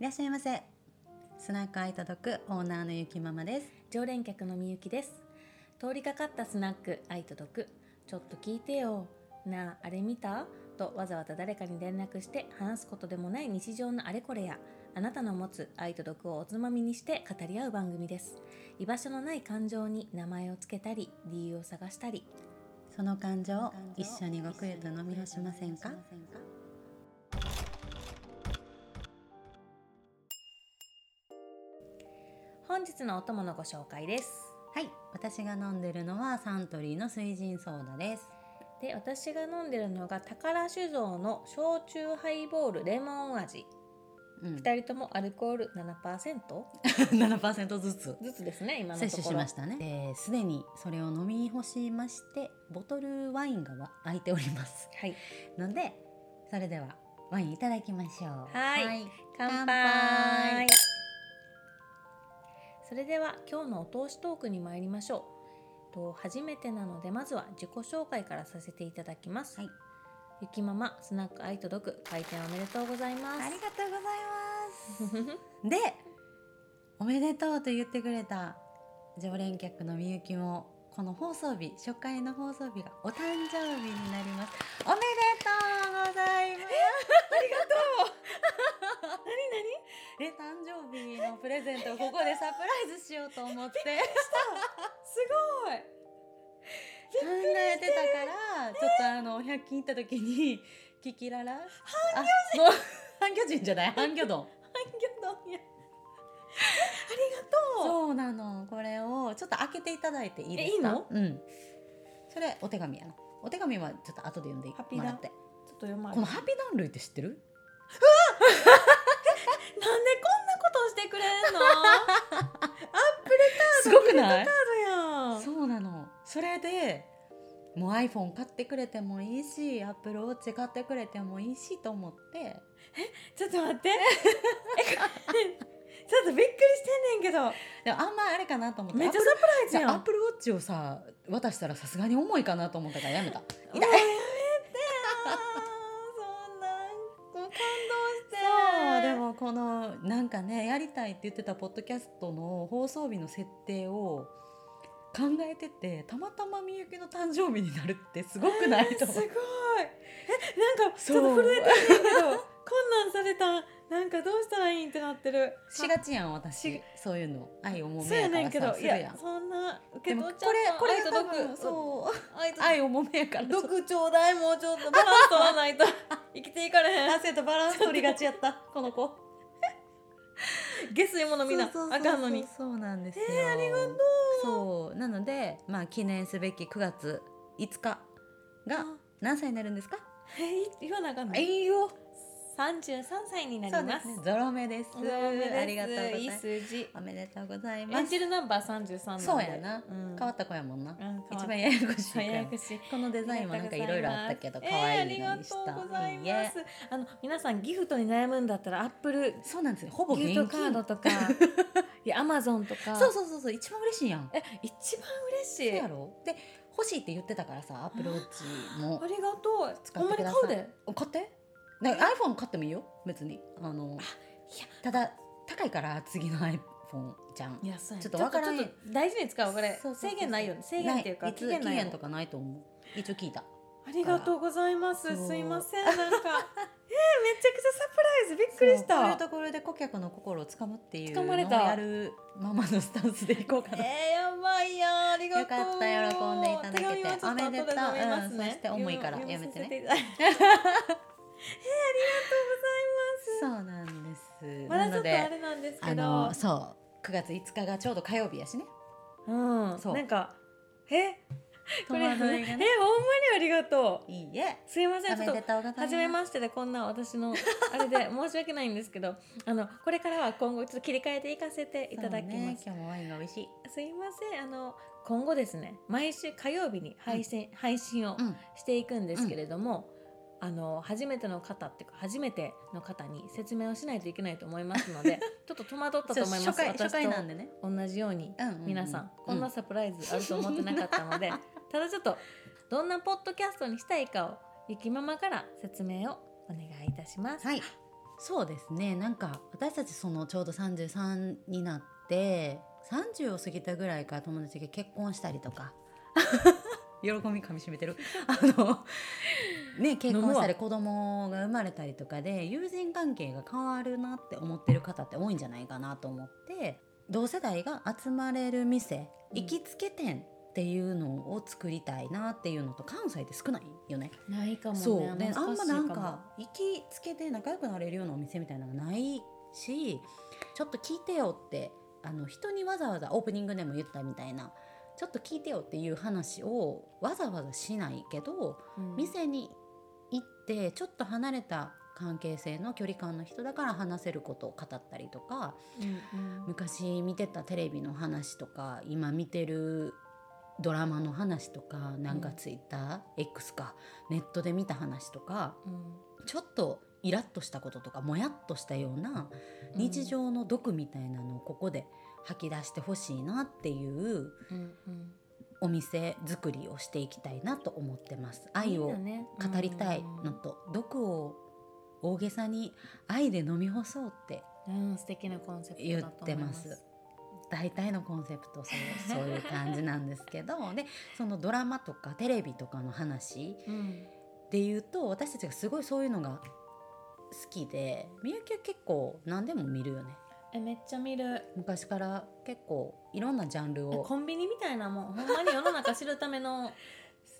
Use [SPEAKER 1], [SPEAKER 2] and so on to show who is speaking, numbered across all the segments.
[SPEAKER 1] いらっしゃいませスナックアイ届くオーナーのゆきママです
[SPEAKER 2] 常連客のみゆきです通りかかったスナック愛と毒ちょっと聞いてよなああれ見たとわざわざ誰かに連絡して話すことでもない日常のあれこれやあなたの持つ愛と毒をおつまみにして語り合う番組です居場所のない感情に名前をつけたり理由を探したり
[SPEAKER 1] その感情を一緒にごくゆと飲み干しませんか
[SPEAKER 2] 本日のお供のご紹介です
[SPEAKER 1] はい私が飲んでるのはサントリーの水人ソーダです
[SPEAKER 2] で私が飲んでるのが宝酒造の焼酎ハイボールレモン味、
[SPEAKER 1] う
[SPEAKER 2] 二
[SPEAKER 1] ん
[SPEAKER 2] 人ともアルコール7%
[SPEAKER 1] 7%ずつ
[SPEAKER 2] ずつですね今のところ
[SPEAKER 1] 摂取しましたねですでにそれを飲み干しましてボトルワインが空いております
[SPEAKER 2] はい
[SPEAKER 1] のでそれではワインいただきましょう
[SPEAKER 2] はい乾
[SPEAKER 1] 乾
[SPEAKER 2] 杯
[SPEAKER 1] 杯
[SPEAKER 2] それでは今日のお通しトークに参りましょうと初めてなのでまずは自己紹介からさせていただきます、
[SPEAKER 1] はい
[SPEAKER 2] ゆきママスナック愛と毒開店おめでとうございます
[SPEAKER 1] ありがとうございますでおめでとうと言ってくれた常連客のみゆきもこの放送日初回の放送日がお誕生日になりますおめでとうござ いますありがとう何何え誕生日のプレゼントをここでサプライズしようと思って
[SPEAKER 2] す ごい
[SPEAKER 1] 考えてたから、ちょっとあの百均行った時にキキララ半魚人もう半魚人じゃない半魚丼
[SPEAKER 2] 半魚丼や
[SPEAKER 1] そうなのこれをちょっと開けていただいていいですか
[SPEAKER 2] えいいの
[SPEAKER 1] うんそれお手紙やなお手紙はちょっと後で読んで
[SPEAKER 2] ハピ
[SPEAKER 1] も
[SPEAKER 2] ダ
[SPEAKER 1] らって
[SPEAKER 2] ちょっと読まれ
[SPEAKER 1] こ
[SPEAKER 2] る
[SPEAKER 1] のハピダン類って知ってる
[SPEAKER 2] なんでこんなことをしてくれんの
[SPEAKER 1] すごくない
[SPEAKER 2] あるや
[SPEAKER 1] そうなのそれでもう iPhone 買ってくれてもいいし AppleWatch 買ってくれてもいいしと思って
[SPEAKER 2] ちょっと待ってちょっとびっくりしてんねんけど
[SPEAKER 1] でもあんまあれかなと思って
[SPEAKER 2] めっちゃサプライズ
[SPEAKER 1] じ
[SPEAKER 2] や
[SPEAKER 1] ゃあ
[SPEAKER 2] ん
[SPEAKER 1] アップルウォッチをさ渡したらさすがに重いかなと思ったからやめた
[SPEAKER 2] もうやめてよそんなんもう感動して
[SPEAKER 1] そうでもこのなんかねやりたいって言ってたポッドキャストの放送日の設定を考えててたまたまみゆきの誕生日になるってすごくないと
[SPEAKER 2] すご
[SPEAKER 1] 思
[SPEAKER 2] い
[SPEAKER 1] っ
[SPEAKER 2] え
[SPEAKER 1] て
[SPEAKER 2] なんかちょっと震えてんねんけどこんなんされたんなんかどうしたらいいんってなってる
[SPEAKER 1] しがちやん私
[SPEAKER 2] し
[SPEAKER 1] そういうの愛をも
[SPEAKER 2] あ
[SPEAKER 1] う
[SPEAKER 2] そうや
[SPEAKER 1] やか
[SPEAKER 2] ねん
[SPEAKER 1] ら
[SPEAKER 2] けど
[SPEAKER 1] さす
[SPEAKER 2] い
[SPEAKER 1] るやん
[SPEAKER 2] やそんな受
[SPEAKER 1] で
[SPEAKER 2] け
[SPEAKER 1] も
[SPEAKER 2] 取
[SPEAKER 1] こ
[SPEAKER 2] っちゃ
[SPEAKER 1] れ
[SPEAKER 2] った
[SPEAKER 1] これ
[SPEAKER 2] 愛と
[SPEAKER 1] 多
[SPEAKER 2] 毒
[SPEAKER 1] 分そう
[SPEAKER 2] 愛と
[SPEAKER 1] 愛をもめやから
[SPEAKER 2] 毒ちょうだいもうちょっとバランス取らないと生きていかれへん
[SPEAKER 1] 汗とバランス取りがちや ったこの子
[SPEAKER 2] 下水ものみんな
[SPEAKER 1] そうそうそう
[SPEAKER 2] あかんのに
[SPEAKER 1] そうなんですよ、ありがとうそうなのでまあ記念すべき9月5日が
[SPEAKER 2] あ
[SPEAKER 1] 何歳になるんですか
[SPEAKER 2] え言わなあかんの
[SPEAKER 1] いよ
[SPEAKER 2] 三十三歳にな
[SPEAKER 1] そう
[SPEAKER 2] り
[SPEAKER 1] で
[SPEAKER 2] ますす
[SPEAKER 1] ねゾロ目です
[SPEAKER 2] ゾロ目です
[SPEAKER 1] ありがとうございます
[SPEAKER 2] いい数字
[SPEAKER 1] おめでとうございま
[SPEAKER 2] エン
[SPEAKER 1] す
[SPEAKER 2] ジェルナンバー三十三
[SPEAKER 1] そうやな、変わ
[SPEAKER 2] っ
[SPEAKER 1] った子やもんな、
[SPEAKER 2] 変わった
[SPEAKER 1] 一番ややこしいか
[SPEAKER 2] やや
[SPEAKER 1] ら
[SPEAKER 2] こしい
[SPEAKER 1] このデザインはなんかいろいろあったけど可愛いのにした、
[SPEAKER 2] えーありがとうござい
[SPEAKER 1] いい
[SPEAKER 2] ま
[SPEAKER 1] え
[SPEAKER 2] す。あの皆さんギフトに悩むんだったらアップル
[SPEAKER 1] そうなんですよほぼ現
[SPEAKER 2] ギ
[SPEAKER 1] 金
[SPEAKER 2] フトカードと かいやアマゾンとか
[SPEAKER 1] そうそうそうそう一番嬉しいやん
[SPEAKER 2] え一番
[SPEAKER 1] そう
[SPEAKER 2] 嬉しい
[SPEAKER 1] や
[SPEAKER 2] あ
[SPEAKER 1] ろで欲しいって言ってたからさアップルウォッチも
[SPEAKER 2] りがとう
[SPEAKER 1] 使
[SPEAKER 2] ほん
[SPEAKER 1] っ
[SPEAKER 2] ま
[SPEAKER 1] て
[SPEAKER 2] に
[SPEAKER 1] く
[SPEAKER 2] 買
[SPEAKER 1] ださいう
[SPEAKER 2] でいや
[SPEAKER 1] 買ってだから iPhone 買ってもいいよ別にあのただ高いから次の iPhone じゃん
[SPEAKER 2] いやそうや
[SPEAKER 1] ちょっとわからん
[SPEAKER 2] ちょっと大事に使うこれ
[SPEAKER 1] そうそうそう
[SPEAKER 2] 制限ないよね制限っていう
[SPEAKER 1] な
[SPEAKER 2] か
[SPEAKER 1] いつ期
[SPEAKER 2] ないよ
[SPEAKER 1] 限とかないと思う一応聞いた
[SPEAKER 2] ありがとうございま
[SPEAKER 1] そ
[SPEAKER 2] す
[SPEAKER 1] う
[SPEAKER 2] すいませ んなんかえー、めちゃくちゃサプライズびっくりし
[SPEAKER 1] そうこうい
[SPEAKER 2] た
[SPEAKER 1] うところで顧客の心をつかむっていうの
[SPEAKER 2] 掴まれ
[SPEAKER 1] を
[SPEAKER 2] た
[SPEAKER 1] やるままのスタンスでいこう かな、
[SPEAKER 2] えー、やばいやんありが
[SPEAKER 1] よ
[SPEAKER 2] とう
[SPEAKER 1] かった喜んでいただけて
[SPEAKER 2] 手紙はちょっ後で飲みます
[SPEAKER 1] おめでとううんそして重いからやめてね
[SPEAKER 2] 読ませいただいてえー、ありがとうござい
[SPEAKER 1] そうなんです、
[SPEAKER 2] ますまだ
[SPEAKER 1] なの
[SPEAKER 2] ちょっとあ
[SPEAKER 1] で
[SPEAKER 2] れなんです
[SPEAKER 1] あ
[SPEAKER 2] けど
[SPEAKER 1] のそう9月5日がちょうど火曜日やしね
[SPEAKER 2] うん
[SPEAKER 1] そう
[SPEAKER 2] なんかえこ
[SPEAKER 1] 戸
[SPEAKER 2] れえほん
[SPEAKER 1] 惑
[SPEAKER 2] ま
[SPEAKER 1] い
[SPEAKER 2] に
[SPEAKER 1] がね
[SPEAKER 2] ありがと う
[SPEAKER 1] いいえ
[SPEAKER 2] すいませ
[SPEAKER 1] お
[SPEAKER 2] ん
[SPEAKER 1] め
[SPEAKER 2] ちょっ
[SPEAKER 1] で
[SPEAKER 2] と
[SPEAKER 1] とうございます
[SPEAKER 2] 初めましてでこんな私のあれで申し訳ないんですけどあのこれからは今後ちょっと切り替えていかせていただきます
[SPEAKER 1] そうね今日もワインが美味しい
[SPEAKER 2] すいませんあの今後ですね毎週火曜日に配信,、配信を
[SPEAKER 1] うん
[SPEAKER 2] していくんですけれども、あの初めての方っていうか初めての方に説明をしないといけないと思いますの でちょっと戸惑ったと思います
[SPEAKER 1] 初回初回なん
[SPEAKER 2] で
[SPEAKER 1] でね
[SPEAKER 2] 同じように、
[SPEAKER 1] うんうんうん
[SPEAKER 2] 皆さんこんなサプライズ
[SPEAKER 1] うん
[SPEAKER 2] あると思ってなかったの でただちょっとどんなポッドキャストにしたいかをゆきママから説明をお願いいたします。
[SPEAKER 1] はいそうですねなんか私たちそのちょうど33になって30を過ぎたぐらいから友達が結婚したりとか 喜びかみしめてる あのね結婚したり子供が生まれたりとかで友人関係が変わるなって思ってる方って多いんじゃないかなと思って同世代が集まれる店
[SPEAKER 2] うん
[SPEAKER 1] 行きつけ店っていうのを作りたいなっていうのと関西って少ないよね。
[SPEAKER 2] ないかもね
[SPEAKER 1] そうで
[SPEAKER 2] 難しい
[SPEAKER 1] あんまなん
[SPEAKER 2] も
[SPEAKER 1] か行きつけて仲良くなれるようなお店みたいなのがないしちょっと聞いてよってあの人にわざわざオープニングでも言ったみたいなちょっと聞いてよっていう話をわざわざしないけど
[SPEAKER 2] うん
[SPEAKER 1] 店に行ってちょっと離れた関係性の距離感の人だから話せることを語ったりとか
[SPEAKER 2] うんうん
[SPEAKER 1] 昔見てたテレビの話とか今見てるドラマの話とかなんかツイッター X かネットで見た話とか
[SPEAKER 2] うん
[SPEAKER 1] ちょっとイラッとしたこととかもやっとしたような日常の毒みたいなのをここで吐き出してほしいなっていう
[SPEAKER 2] うんうん
[SPEAKER 1] お店作りをしていきたいなと思ってます。愛を
[SPEAKER 2] みんなね
[SPEAKER 1] 語りたい
[SPEAKER 2] うん
[SPEAKER 1] のと、毒を大げさに愛で飲み干そうって
[SPEAKER 2] うん、素敵なコンセプト
[SPEAKER 1] 言
[SPEAKER 2] だ
[SPEAKER 1] っ
[SPEAKER 2] と思
[SPEAKER 1] て
[SPEAKER 2] いま
[SPEAKER 1] ますす。大体のコンセプトそうそういう感じなんですけ どでそのドラマとかテレビとかの話
[SPEAKER 2] うん、
[SPEAKER 1] で言うと私たちがすごいそういうのが好きでみゆきは結構何でも見るよね
[SPEAKER 2] えめっちゃ見る
[SPEAKER 1] 昔から結構いろんなジャンルを
[SPEAKER 2] コンビニみたいなもんほんまに世の中知るた めの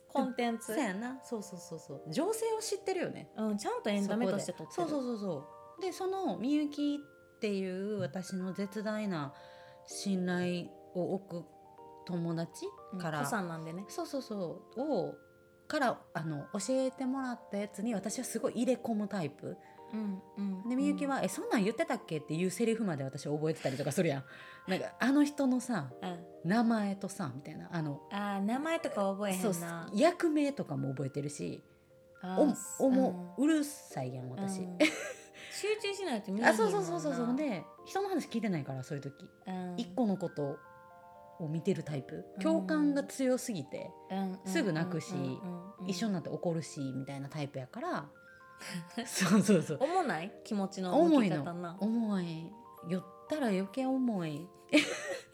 [SPEAKER 2] コンテン
[SPEAKER 1] そ
[SPEAKER 2] ツ
[SPEAKER 1] うやなそうそうそうそう情勢を知ってるよね
[SPEAKER 2] うん、ちゃんとエンタメとして撮って
[SPEAKER 1] そ
[SPEAKER 2] る
[SPEAKER 1] こでそうそうそうそうでそのみゆきっていう私の絶大な信頼を置く友達
[SPEAKER 2] うん
[SPEAKER 1] から、
[SPEAKER 2] 子さんなんでね
[SPEAKER 1] そうそうそうをからあの教えてもらったやつに私はすごい入れ込むタイプ
[SPEAKER 2] うんうん
[SPEAKER 1] でみゆきは、えそんなん言ってたっけ?」っていうセリフまで私覚えてたりとかするやんなんかあの人のさ
[SPEAKER 2] うん
[SPEAKER 1] 名前とさみたいなあの
[SPEAKER 2] あー名前とか覚えへん
[SPEAKER 1] そう
[SPEAKER 2] な
[SPEAKER 1] 役名とかも覚えてるし
[SPEAKER 2] あ
[SPEAKER 1] お
[SPEAKER 2] ー
[SPEAKER 1] お
[SPEAKER 2] うん
[SPEAKER 1] もうるさいやん
[SPEAKER 2] うん
[SPEAKER 1] 私、
[SPEAKER 2] 集中しないと見れへ
[SPEAKER 1] あ
[SPEAKER 2] んも
[SPEAKER 1] そう
[SPEAKER 2] んな
[SPEAKER 1] そうそうそうそうで人の話聞いてないからそういう時
[SPEAKER 2] うん
[SPEAKER 1] 一個のことを見てるタイプ
[SPEAKER 2] うん
[SPEAKER 1] 共感が強すぎて
[SPEAKER 2] うん
[SPEAKER 1] すぐ泣くし
[SPEAKER 2] うんうんうん
[SPEAKER 1] 一緒になって怒るしみたいなタイプやから そうそうそう
[SPEAKER 2] 重ない気持ちの
[SPEAKER 1] 重
[SPEAKER 2] 向
[SPEAKER 1] い
[SPEAKER 2] き
[SPEAKER 1] の
[SPEAKER 2] 方な
[SPEAKER 1] 重い酔ったら余計重い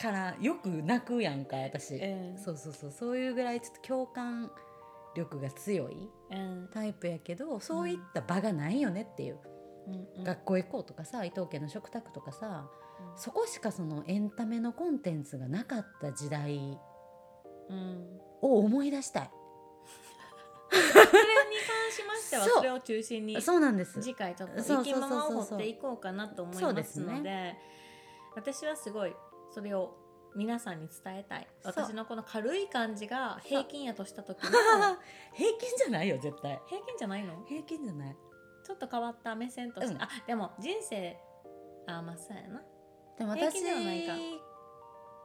[SPEAKER 1] からよく泣くやんか私、
[SPEAKER 2] うん
[SPEAKER 1] そうそうそうそういうぐらいちょっと共感力が強い
[SPEAKER 2] うん
[SPEAKER 1] タイプやけどそういった場がないよねっていう、
[SPEAKER 2] うんうん
[SPEAKER 1] 学校行こうとかさ伊藤家の食卓とかさ
[SPEAKER 2] うん
[SPEAKER 1] そこしかそのエンタメのコンテンツがなかった時代
[SPEAKER 2] うん
[SPEAKER 1] を思い出したい
[SPEAKER 2] それに関しましては
[SPEAKER 1] そう
[SPEAKER 2] それを中心に
[SPEAKER 1] そうなんです
[SPEAKER 2] 次回ちょっと
[SPEAKER 1] そうそうそ
[SPEAKER 2] 生
[SPEAKER 1] う
[SPEAKER 2] き
[SPEAKER 1] そう
[SPEAKER 2] ままを掘っていこうかなと思い
[SPEAKER 1] そう
[SPEAKER 2] ま
[SPEAKER 1] ですす
[SPEAKER 2] の
[SPEAKER 1] ね
[SPEAKER 2] で私はすごいそれを皆さんに伝えたい
[SPEAKER 1] そう
[SPEAKER 2] 私のこの軽い感じが平均やとした時の
[SPEAKER 1] 平均じゃないよ絶対
[SPEAKER 2] 平均じゃないの
[SPEAKER 1] 平均じゃない
[SPEAKER 2] ちょっと変わった目線として、
[SPEAKER 1] うん
[SPEAKER 2] あでも人生あまあそうやな
[SPEAKER 1] でも
[SPEAKER 2] 平
[SPEAKER 1] 私
[SPEAKER 2] 均ではないか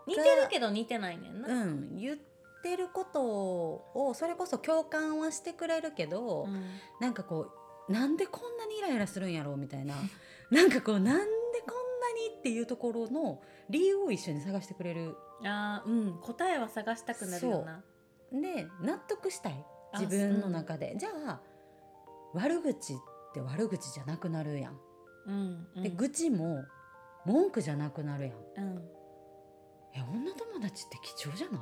[SPEAKER 2] 似て
[SPEAKER 1] が
[SPEAKER 2] るけど似てないねんな、
[SPEAKER 1] うん、言ってることをそれこそ共感はしてくれるけど、
[SPEAKER 2] うん
[SPEAKER 1] なんかこうなんでこんなにイライラするんやろうみたいな なんかこうなんでこんなにっていうところの理由を一緒に探してくれる
[SPEAKER 2] あーうん答えは探したくなるよな
[SPEAKER 1] で納得したい
[SPEAKER 2] あ
[SPEAKER 1] 自分の中で、じゃあ悪口って悪口じゃなくなるやん、
[SPEAKER 2] うんうん
[SPEAKER 1] で愚痴も文句じゃなくなるやん
[SPEAKER 2] うん
[SPEAKER 1] え女友達って貴重じゃ ない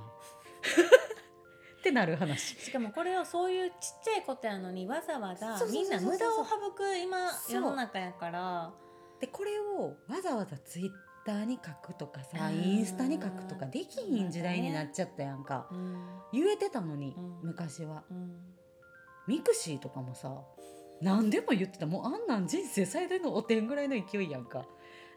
[SPEAKER 1] ってなる話
[SPEAKER 2] しかもこれをそういうちっちゃいことやのにわざわざ
[SPEAKER 1] そうそうそうそう
[SPEAKER 2] みんな無駄を省く今
[SPEAKER 1] そう
[SPEAKER 2] 世の中やから
[SPEAKER 1] でこれをわざわざツイッターに書くとか
[SPEAKER 2] あ
[SPEAKER 1] さ
[SPEAKER 2] ー
[SPEAKER 1] インスタに書くとかできひん時代になっちゃったやんか、
[SPEAKER 2] うん
[SPEAKER 1] 言えてたのに、
[SPEAKER 2] うん
[SPEAKER 1] 昔は
[SPEAKER 2] うん
[SPEAKER 1] ミクシーとかもさ何でも言ってたもうあんなん人生最大のおてんぐらいの勢いやんか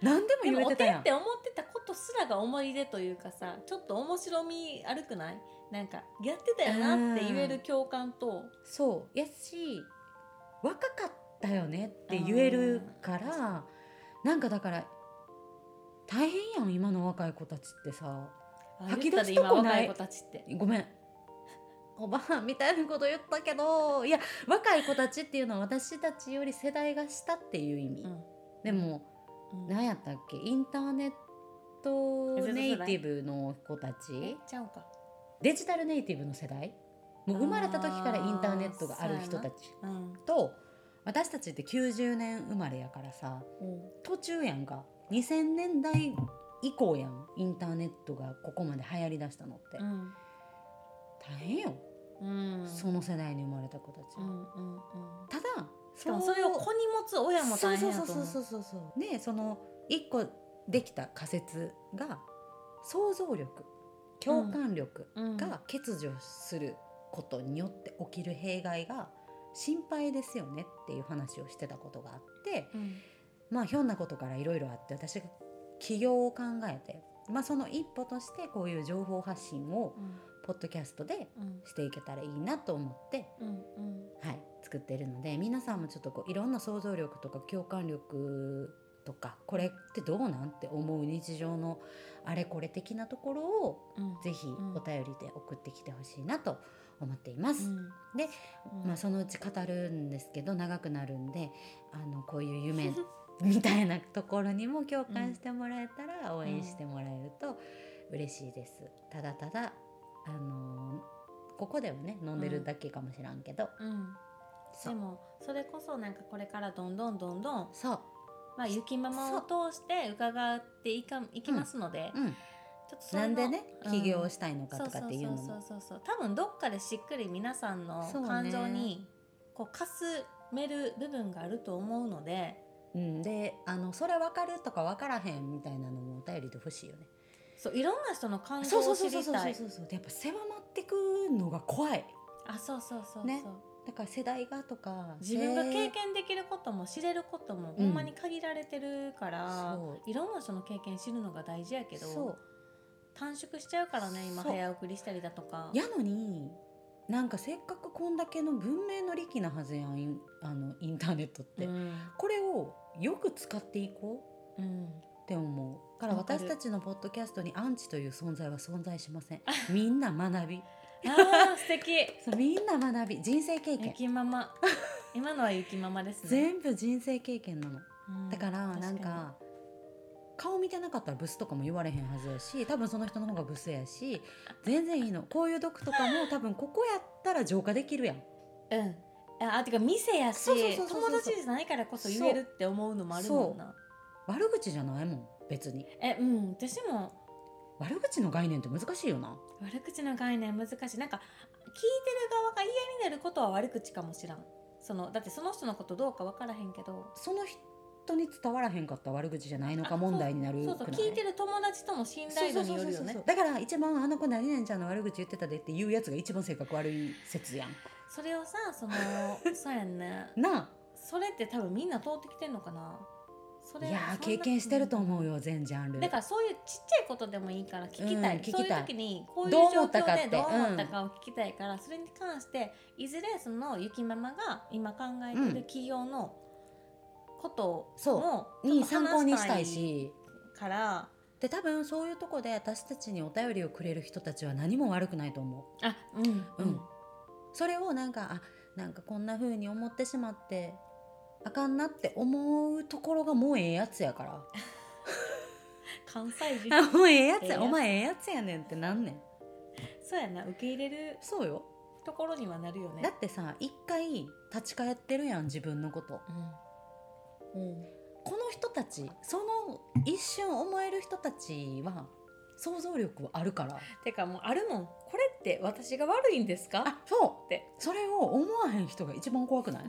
[SPEAKER 1] 何でも
[SPEAKER 2] で
[SPEAKER 1] 言え
[SPEAKER 2] もお
[SPEAKER 1] てた
[SPEAKER 2] て
[SPEAKER 1] や
[SPEAKER 2] っ
[SPEAKER 1] ん
[SPEAKER 2] て思ってたことすらが思い出というかさちょっと面白みあるくないなんかやってたよなって言える共感と
[SPEAKER 1] そうやし若かったよねって言えるからなんかだから大変やん今の若い子たちってさ
[SPEAKER 2] あ
[SPEAKER 1] 吐き
[SPEAKER 2] 言
[SPEAKER 1] 出
[SPEAKER 2] った
[SPEAKER 1] す
[SPEAKER 2] で
[SPEAKER 1] と
[SPEAKER 2] 今
[SPEAKER 1] こ
[SPEAKER 2] 若
[SPEAKER 1] ない
[SPEAKER 2] い子たちって
[SPEAKER 1] ごめんおばあみたいなこと言ったけどいや若い子たちっていうのは私たちより世代が下っていう意味、
[SPEAKER 2] うん
[SPEAKER 1] でも
[SPEAKER 2] うん
[SPEAKER 1] 何やったっけインターネットネイティブの子た
[SPEAKER 2] え
[SPEAKER 1] ち
[SPEAKER 2] ちゃうか
[SPEAKER 1] デジタルネイティブの世代もう生まれた時からインターネットがある人たち
[SPEAKER 2] うん
[SPEAKER 1] と私たちって90年生まれやからさ
[SPEAKER 2] うん
[SPEAKER 1] 途中やんか2000年代以降やんインターネットがここまで流行りだしたのって、
[SPEAKER 2] うん
[SPEAKER 1] 大変よ、
[SPEAKER 2] うん
[SPEAKER 1] その世代に生まれた子たち
[SPEAKER 2] う
[SPEAKER 1] は、
[SPEAKER 2] んうんうん
[SPEAKER 1] ただ
[SPEAKER 2] しかもそれを子に持つ親も
[SPEAKER 1] そう
[SPEAKER 2] 大
[SPEAKER 1] そ
[SPEAKER 2] 変
[SPEAKER 1] う
[SPEAKER 2] や
[SPEAKER 1] そうそう
[SPEAKER 2] と思う
[SPEAKER 1] そうそうそうでその一個できた仮説が想像力共感力
[SPEAKER 2] うん
[SPEAKER 1] が欠如することによって起きる弊害が心配ですよねっていう話をしてたことがあって
[SPEAKER 2] うん
[SPEAKER 1] まあひょんなことからいろいろあって私が起業を考えて、まあ、その一歩としてこういう情報発信を
[SPEAKER 2] うん
[SPEAKER 1] ポッドキャストで
[SPEAKER 2] うん
[SPEAKER 1] していけたらいいなと思って
[SPEAKER 2] うん
[SPEAKER 1] はい、作っているので皆さんもちょっとこういろんな想像力とか共感力とかこれってどうなんて思う日常のあれこれ的なところを
[SPEAKER 2] うん
[SPEAKER 1] ぜひ
[SPEAKER 2] ん
[SPEAKER 1] お便りで送ってきてほしいなと思っていま
[SPEAKER 2] う
[SPEAKER 1] す。
[SPEAKER 2] ん
[SPEAKER 1] で
[SPEAKER 2] うん
[SPEAKER 1] まあ、そのうち語るんですけど長くなるんであのこういう夢みたいなところにも共感してもらえたら応援してもらえると嬉しいです。ただただあのここではね飲んでるだけかもしらんけど、
[SPEAKER 2] うん
[SPEAKER 1] そ
[SPEAKER 2] で
[SPEAKER 1] う
[SPEAKER 2] もそれこそなんかこれからどんどんどんどん、
[SPEAKER 1] そう
[SPEAKER 2] まあ、ゆきママを通して伺っていかいきますので、
[SPEAKER 1] うん、
[SPEAKER 2] ちょっとそれ
[SPEAKER 1] な
[SPEAKER 2] の
[SPEAKER 1] んでね
[SPEAKER 2] うん
[SPEAKER 1] 起業したいのか
[SPEAKER 2] そう
[SPEAKER 1] と
[SPEAKER 2] そ
[SPEAKER 1] か
[SPEAKER 2] う
[SPEAKER 1] っていうの
[SPEAKER 2] そう
[SPEAKER 1] も
[SPEAKER 2] そうそうそう多分どっかでしっくり皆さんの
[SPEAKER 1] そうね
[SPEAKER 2] 感情にこうかすめる部分があると思うので
[SPEAKER 1] うんであのそれ分かるとか分からへんみたいなのもお便りで欲しいよね
[SPEAKER 2] そういろんな人の感情
[SPEAKER 1] そうそ
[SPEAKER 2] を
[SPEAKER 1] うそ
[SPEAKER 2] 知
[SPEAKER 1] うそう
[SPEAKER 2] り
[SPEAKER 1] そう
[SPEAKER 2] たい
[SPEAKER 1] そうそうでやっぱ狭まってくのが怖い
[SPEAKER 2] あそうそうそうそう、
[SPEAKER 1] ねだから世代がとか
[SPEAKER 2] 自分が
[SPEAKER 1] せ
[SPEAKER 2] 経験できることも知れることも
[SPEAKER 1] う
[SPEAKER 2] ほ
[SPEAKER 1] ん
[SPEAKER 2] んまに限られてるから、
[SPEAKER 1] そう
[SPEAKER 2] いろんな人の経験知るのが大事やけ
[SPEAKER 1] そう
[SPEAKER 2] ど短縮しちゃうからね今
[SPEAKER 1] そう
[SPEAKER 2] 早送りしたりだとか
[SPEAKER 1] やのになんかせっかくこんだけの文明の利器なはずやんインあのインターネットって、
[SPEAKER 2] うん
[SPEAKER 1] これをよく使っていこう
[SPEAKER 2] うん
[SPEAKER 1] って思うだから
[SPEAKER 2] わかる
[SPEAKER 1] 私たちのポッドキャストにアンチという存在は存在しませんみんな学び
[SPEAKER 2] あー素敵
[SPEAKER 1] そうみんな学び人生経
[SPEAKER 2] ゆ
[SPEAKER 1] 験
[SPEAKER 2] きママ 今のはゆきママですね、
[SPEAKER 1] 全部人生経験なの
[SPEAKER 2] うん
[SPEAKER 1] だから
[SPEAKER 2] 確
[SPEAKER 1] なんか顔見てなかったらブスとかも言われへんはずやし多分その人の方がブスやし全然いいのこういう毒とかも多分ここやったら浄化できるやん
[SPEAKER 2] うんああてか店やし
[SPEAKER 1] そうそうそうそうそう
[SPEAKER 2] 友達じゃないからこそ言えるって思うのもあるもんな
[SPEAKER 1] 悪口じゃないもん別に
[SPEAKER 2] えうん私も
[SPEAKER 1] 悪口の概念って難しいよな
[SPEAKER 2] 悪口の概念難しいなんか聞いてる側が嫌になることは悪口かもしらんそのだってその人のことどうか分からへんけど
[SPEAKER 1] その人に伝わらへんかったら悪口じゃないのか問題になる
[SPEAKER 2] そうそう
[SPEAKER 1] くない
[SPEAKER 2] 聞いてる友達との信
[SPEAKER 1] そう
[SPEAKER 2] 頼
[SPEAKER 1] そ
[SPEAKER 2] 度
[SPEAKER 1] うそ
[SPEAKER 2] に
[SPEAKER 1] う
[SPEAKER 2] よ
[SPEAKER 1] そう
[SPEAKER 2] るよ
[SPEAKER 1] そう
[SPEAKER 2] ね
[SPEAKER 1] だから一番あの子何々ちゃんの悪口言ってたでって言うやつが一番性格悪い説やん
[SPEAKER 2] それをさその そうやんね
[SPEAKER 1] なあ
[SPEAKER 2] それって多分みんな通ってきてんのかなそれ
[SPEAKER 1] いやー
[SPEAKER 2] そんな
[SPEAKER 1] 経験してると思うよ全ジャンル
[SPEAKER 2] だからそういうちっちゃいことでもいいから聞きたい,、
[SPEAKER 1] うん聞きたい
[SPEAKER 2] そういう時にこういう
[SPEAKER 1] どう
[SPEAKER 2] 状
[SPEAKER 1] 思ったかっ
[SPEAKER 2] 況
[SPEAKER 1] て
[SPEAKER 2] でどう思ったかを聞きたいから、それに関していずれそのゆきママが今考えている企業のことも、
[SPEAKER 1] に参考にしたいし
[SPEAKER 2] から
[SPEAKER 1] で多分そういうとこで私たちにお便りをくれる人たちは何も悪くないと思う
[SPEAKER 2] あうん
[SPEAKER 1] うんそれをなんかあなんかこんな風に思ってしまってあかんなって思うところがもうええやつやから
[SPEAKER 2] 関西 人
[SPEAKER 1] あ もうええやつ
[SPEAKER 2] ええや
[SPEAKER 1] や
[SPEAKER 2] つ
[SPEAKER 1] お前ええやつやねんってなんねん
[SPEAKER 2] そうやな受け入れる
[SPEAKER 1] そうよ
[SPEAKER 2] ところにはなるよね
[SPEAKER 1] だってさ一回立ち返ってるやん自分のこと
[SPEAKER 2] うんうん
[SPEAKER 1] この人たちその一瞬思える人たちは想像力はあるから
[SPEAKER 2] てかもうあるもんこれって私が悪いんですか
[SPEAKER 1] あそう
[SPEAKER 2] って
[SPEAKER 1] それを思わへん人が一番怖くない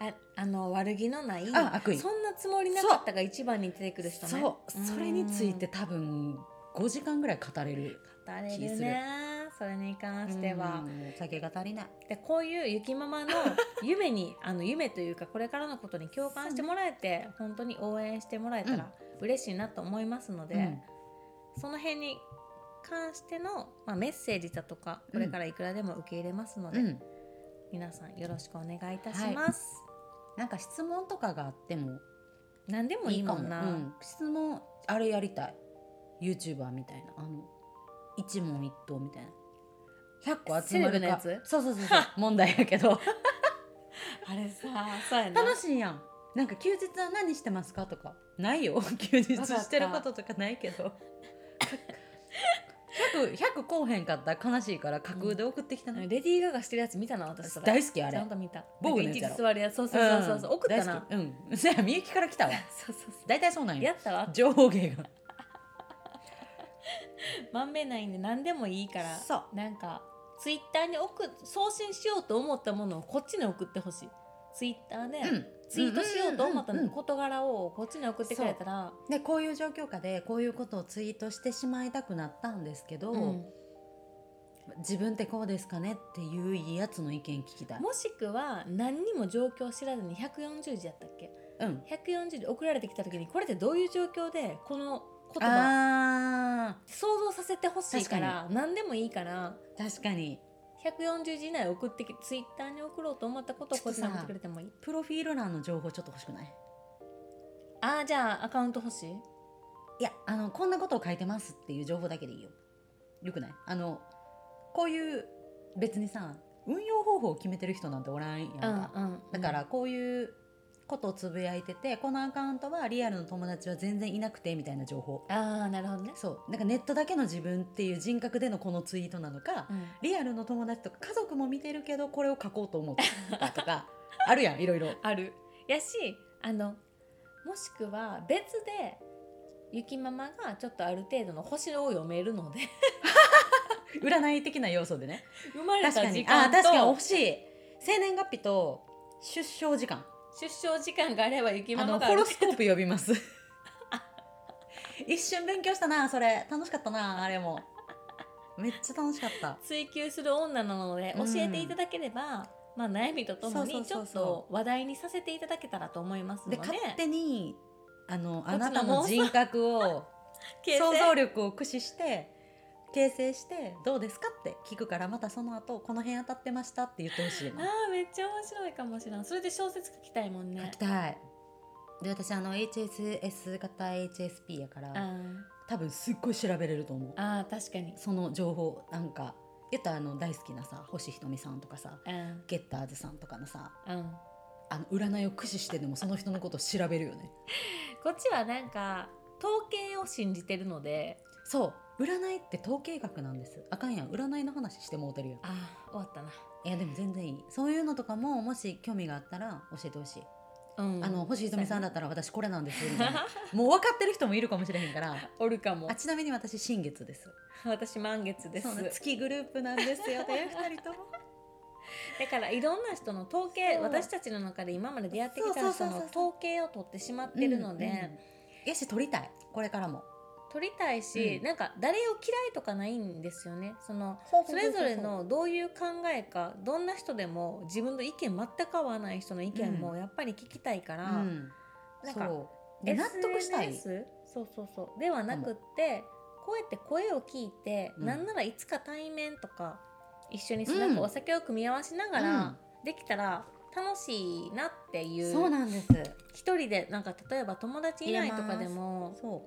[SPEAKER 2] ああの悪気のない
[SPEAKER 1] あ悪意
[SPEAKER 2] そんなつもりなかったが一番に出てくる人ね
[SPEAKER 1] そうそれについて多分5時間ぐらい語れる
[SPEAKER 2] 語れ
[SPEAKER 1] 気する
[SPEAKER 2] るねそれに関しては
[SPEAKER 1] う、ん酒が足りない
[SPEAKER 2] でこういうゆきママの夢に あの夢というかこれからのことに共感してもらえて本当に応援してもらえたら嬉しいなと思いますので、
[SPEAKER 1] うん
[SPEAKER 2] その辺に関しての、まあ、メッセージだとかこれからいくらでも受け入れますので、
[SPEAKER 1] うん
[SPEAKER 2] 皆さんよろしくお願いいたします。
[SPEAKER 1] なんか質問とかがあっても
[SPEAKER 2] 何でも
[SPEAKER 1] いい
[SPEAKER 2] いい
[SPEAKER 1] か
[SPEAKER 2] も
[SPEAKER 1] も
[SPEAKER 2] んな。
[SPEAKER 1] うん質問あれやりたい YouTuber みたいなあの一問一答みたいな100個集ま
[SPEAKER 2] セレブ
[SPEAKER 1] る
[SPEAKER 2] の
[SPEAKER 1] か
[SPEAKER 2] やつ
[SPEAKER 1] そうそう そうそう問題やけど
[SPEAKER 2] あれさそうやな
[SPEAKER 1] 楽しいやんなんか休日は何してます かとかないよ休日してることとかないけど 100, 100こうへんかったら悲しいから架空で送ってきたの、
[SPEAKER 2] レディー・ガガしてるやつ見たな私それ
[SPEAKER 1] 大好きあ
[SPEAKER 2] ち
[SPEAKER 1] れ
[SPEAKER 2] ゃんと見た
[SPEAKER 1] 僕の
[SPEAKER 2] な
[SPEAKER 1] や
[SPEAKER 2] んか
[SPEAKER 1] つ
[SPEAKER 2] 一
[SPEAKER 1] やろ
[SPEAKER 2] 日座るやつそうそうそうそうそう、送った
[SPEAKER 1] 大
[SPEAKER 2] な
[SPEAKER 1] 好きうん そやみゆきから来たわ
[SPEAKER 2] そうそうそ
[SPEAKER 1] 大体そうなん
[SPEAKER 2] う
[SPEAKER 1] よ
[SPEAKER 2] やったわ
[SPEAKER 1] 情報芸が
[SPEAKER 2] まんべんないんで何でもいいから
[SPEAKER 1] そ
[SPEAKER 2] なんかツイッターに送送信しようと思ったものをこっちに送ってほしいツイッターで、
[SPEAKER 1] うん
[SPEAKER 2] ツイートしようと思った
[SPEAKER 1] うんうんうんうん
[SPEAKER 2] 事柄をこっちに送ってくれたら、
[SPEAKER 1] でこういう状況下でこういうことをツイートしてしまいたくなったんですけど、
[SPEAKER 2] うん
[SPEAKER 1] 自分ってこうですかねっていういいやつの意見聞きたい
[SPEAKER 2] もしくは何にも状況を知らずに140字やったっけ
[SPEAKER 1] うん
[SPEAKER 2] 140字送られてきた時にこれってどういう状況でこの言葉
[SPEAKER 1] あ
[SPEAKER 2] 想像させてほしいから何でもいいから
[SPEAKER 1] ー確かに
[SPEAKER 2] 140字以内送ってきツイッターに送ろうと思ったことをこっちに送ってくれてもいい
[SPEAKER 1] プロフィール欄の情報ちょっと欲しくない
[SPEAKER 2] ああじゃあアカウント欲しい
[SPEAKER 1] いやあのこんなことを書いてますっていう情報だけでいいよよくないあのこういう別にさ運用方法を決めてる人なんておらんやんか、
[SPEAKER 2] うん
[SPEAKER 1] だからこういうことをつぶやいててこのアカウントはリアルの友達は全然いなくてみたいな情報
[SPEAKER 2] ああなるほどね、
[SPEAKER 1] そうなんかネットだけの自分っていう人格でのこのツイートなのか、
[SPEAKER 2] うん、
[SPEAKER 1] リアルの友達とか家族も見てるけどこれを書こうと思ったとかあるやんいろいろ
[SPEAKER 2] あるやしあのもしくは別でゆきママがちょっとある程度の星を読めるので
[SPEAKER 1] 占い的な要素でね
[SPEAKER 2] 生まれ
[SPEAKER 1] 確
[SPEAKER 2] た
[SPEAKER 1] か
[SPEAKER 2] 時
[SPEAKER 1] にあ
[SPEAKER 2] 間
[SPEAKER 1] ー確かに
[SPEAKER 2] と
[SPEAKER 1] 欲しい生年月日と出生時間
[SPEAKER 2] 出生時間があればゆき
[SPEAKER 1] あ
[SPEAKER 2] ママ
[SPEAKER 1] の
[SPEAKER 2] が
[SPEAKER 1] ホロスコープ呼びます一瞬勉強したなそれ楽しかったなあれもめっちゃ楽しかった
[SPEAKER 2] 追求する女なので
[SPEAKER 1] う
[SPEAKER 2] 教
[SPEAKER 1] ん
[SPEAKER 2] えていただければ、まあ、悩みととも
[SPEAKER 1] そう
[SPEAKER 2] にち
[SPEAKER 1] そ
[SPEAKER 2] ょ
[SPEAKER 1] うそう
[SPEAKER 2] っ
[SPEAKER 1] そう
[SPEAKER 2] と話題にさせていただけたらと思いますの
[SPEAKER 1] で
[SPEAKER 2] で
[SPEAKER 1] 勝手にあの
[SPEAKER 2] っち
[SPEAKER 1] あ
[SPEAKER 2] の
[SPEAKER 1] なたの人格を
[SPEAKER 2] 形成
[SPEAKER 1] 想像力を駆使して形成してどうですかって聞くからまたその後この辺当たってましたって言ってほしい
[SPEAKER 2] あ
[SPEAKER 1] な
[SPEAKER 2] ーめっちゃ面白いかもしれんそれで小説書きたいもん
[SPEAKER 1] 書
[SPEAKER 2] ね
[SPEAKER 1] きたいで私あの HSS 型 HSP やか
[SPEAKER 2] あ
[SPEAKER 1] ら
[SPEAKER 2] ー
[SPEAKER 1] 多分すっごい調べれると思う
[SPEAKER 2] あー確かに
[SPEAKER 1] その情報なんか言ったらあの大好きなさ星ひとみさんとかさ
[SPEAKER 2] うん
[SPEAKER 1] ゲッターズさんとかのさ
[SPEAKER 2] うん
[SPEAKER 1] あの占いを駆使してでもその人のことを調べるよね
[SPEAKER 2] こっちはなんか統計を信じてるので
[SPEAKER 1] そう占いって統計学なんですあかんやん占いの話してもうてるよ
[SPEAKER 2] ああ終わったない
[SPEAKER 1] やでも全然いいそういうのとかももし興味があったら教えてほしい、
[SPEAKER 2] うん
[SPEAKER 1] あの星ひとみさんだったら私これなんですみたいなもう分かってる人もいる かもしれへんから
[SPEAKER 2] おるかも
[SPEAKER 1] あちなみに私新月です
[SPEAKER 2] 私満月です
[SPEAKER 1] そうね月グループなんです よね二人とも
[SPEAKER 2] だからいろんな人の統計
[SPEAKER 1] そう
[SPEAKER 2] 私たちの中で今まで出会ってき
[SPEAKER 1] そ
[SPEAKER 2] た
[SPEAKER 1] うそ
[SPEAKER 2] 人
[SPEAKER 1] うそう
[SPEAKER 2] の
[SPEAKER 1] そう
[SPEAKER 2] 統計を取ってしまってるので、
[SPEAKER 1] うんうんやし撮りたいこれからも
[SPEAKER 2] 取りたいし、
[SPEAKER 1] うん
[SPEAKER 2] なんか誰を嫌いとかないんですよねそのそ
[SPEAKER 1] そ
[SPEAKER 2] れぞれのどういう考えかどんな人でも自分の意見全く合わない人の意見
[SPEAKER 1] う
[SPEAKER 2] も
[SPEAKER 1] ん
[SPEAKER 2] やっぱり聞きたいから、
[SPEAKER 1] うん、
[SPEAKER 2] なんか
[SPEAKER 1] そうで納得したい
[SPEAKER 2] SNS そうそうそうではなくってこうやって声を聞いて、
[SPEAKER 1] うん
[SPEAKER 2] なんならいつか対面とか一緒にスナッ
[SPEAKER 1] うん
[SPEAKER 2] クお酒を組み合わしながらできたら楽しいなってい
[SPEAKER 1] うん
[SPEAKER 2] う
[SPEAKER 1] そうなんです
[SPEAKER 2] 一人でなんか例えば友達いないとかでも
[SPEAKER 1] そ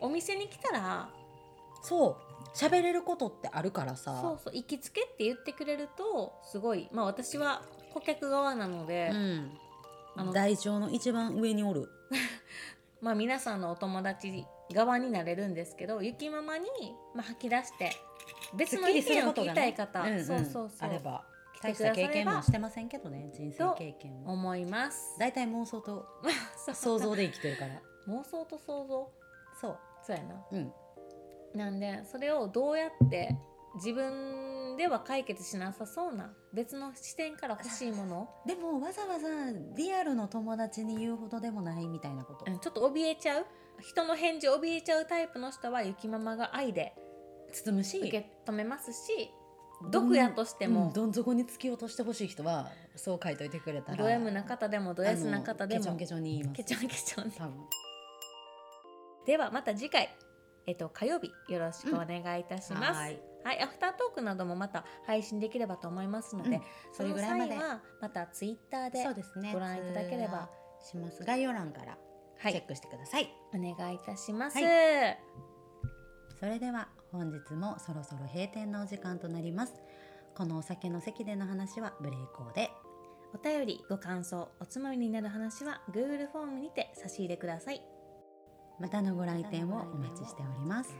[SPEAKER 1] う
[SPEAKER 2] お店に来たら
[SPEAKER 1] そう喋れることってあるからさ
[SPEAKER 2] そうそう行きつけって言ってくれるとすごいまあ私は顧客側なので、
[SPEAKER 1] ん
[SPEAKER 2] あの
[SPEAKER 1] 台帳の一番上におる
[SPEAKER 2] まあ、皆さんのお友達側になれるんですけどゆきママに、まあ、吐き出して別の意見を聞きたい方、
[SPEAKER 1] うんうん
[SPEAKER 2] そうそうそ
[SPEAKER 1] あれ
[SPEAKER 2] う
[SPEAKER 1] ば
[SPEAKER 2] 来て
[SPEAKER 1] 大し
[SPEAKER 2] くだ
[SPEAKER 1] た
[SPEAKER 2] され
[SPEAKER 1] 経
[SPEAKER 2] ば
[SPEAKER 1] 験もしてませんけどね人生経験は
[SPEAKER 2] 思います
[SPEAKER 1] 大体妄想と
[SPEAKER 2] そう
[SPEAKER 1] 想像で生きてるから
[SPEAKER 2] 妄想と想像
[SPEAKER 1] そう
[SPEAKER 2] そうやな
[SPEAKER 1] うん
[SPEAKER 2] なんでそれをどうやって自分では解決しなさそうな別の視点から欲しいもの、
[SPEAKER 1] でもわざわざリアルの友達に言うほどでもないみたいなこと
[SPEAKER 2] うんちょっと怯えちゃう人の返事怯えちゃうタイプの人はゆきママが愛で
[SPEAKER 1] 包むし
[SPEAKER 2] 受け止めますし
[SPEAKER 1] どん
[SPEAKER 2] 毒やとして
[SPEAKER 1] う
[SPEAKER 2] も、
[SPEAKER 1] んどん底に突き落としてほしい人はそう書いといてくれたら
[SPEAKER 2] ド M な方でもド S な方で
[SPEAKER 1] あの
[SPEAKER 2] も
[SPEAKER 1] ケチョンケチョンに言います
[SPEAKER 2] ケチョンケチョン
[SPEAKER 1] 多分
[SPEAKER 2] ではまた次回えっと火曜日よろしくお願いいたします、
[SPEAKER 1] は
[SPEAKER 2] はいいアフタートークなどもまた配信できればと思いますので、
[SPEAKER 1] うん
[SPEAKER 2] そ
[SPEAKER 1] それ
[SPEAKER 2] の
[SPEAKER 1] ぐらい
[SPEAKER 2] 際
[SPEAKER 1] まで
[SPEAKER 2] はまたツイッターで
[SPEAKER 1] そうですね
[SPEAKER 2] ご覧いただければ
[SPEAKER 1] 通話します概要欄から
[SPEAKER 2] は
[SPEAKER 1] チェ
[SPEAKER 2] い
[SPEAKER 1] ックしてください、
[SPEAKER 2] お願いいたします、
[SPEAKER 1] はそれでは本日もそろそろ閉店のお時間となりますこのお酒の席での話はブレイコーで
[SPEAKER 2] お便りご感想おつまみになる話は Google フォームにて差し入れください
[SPEAKER 1] またのご来店をお待ちしております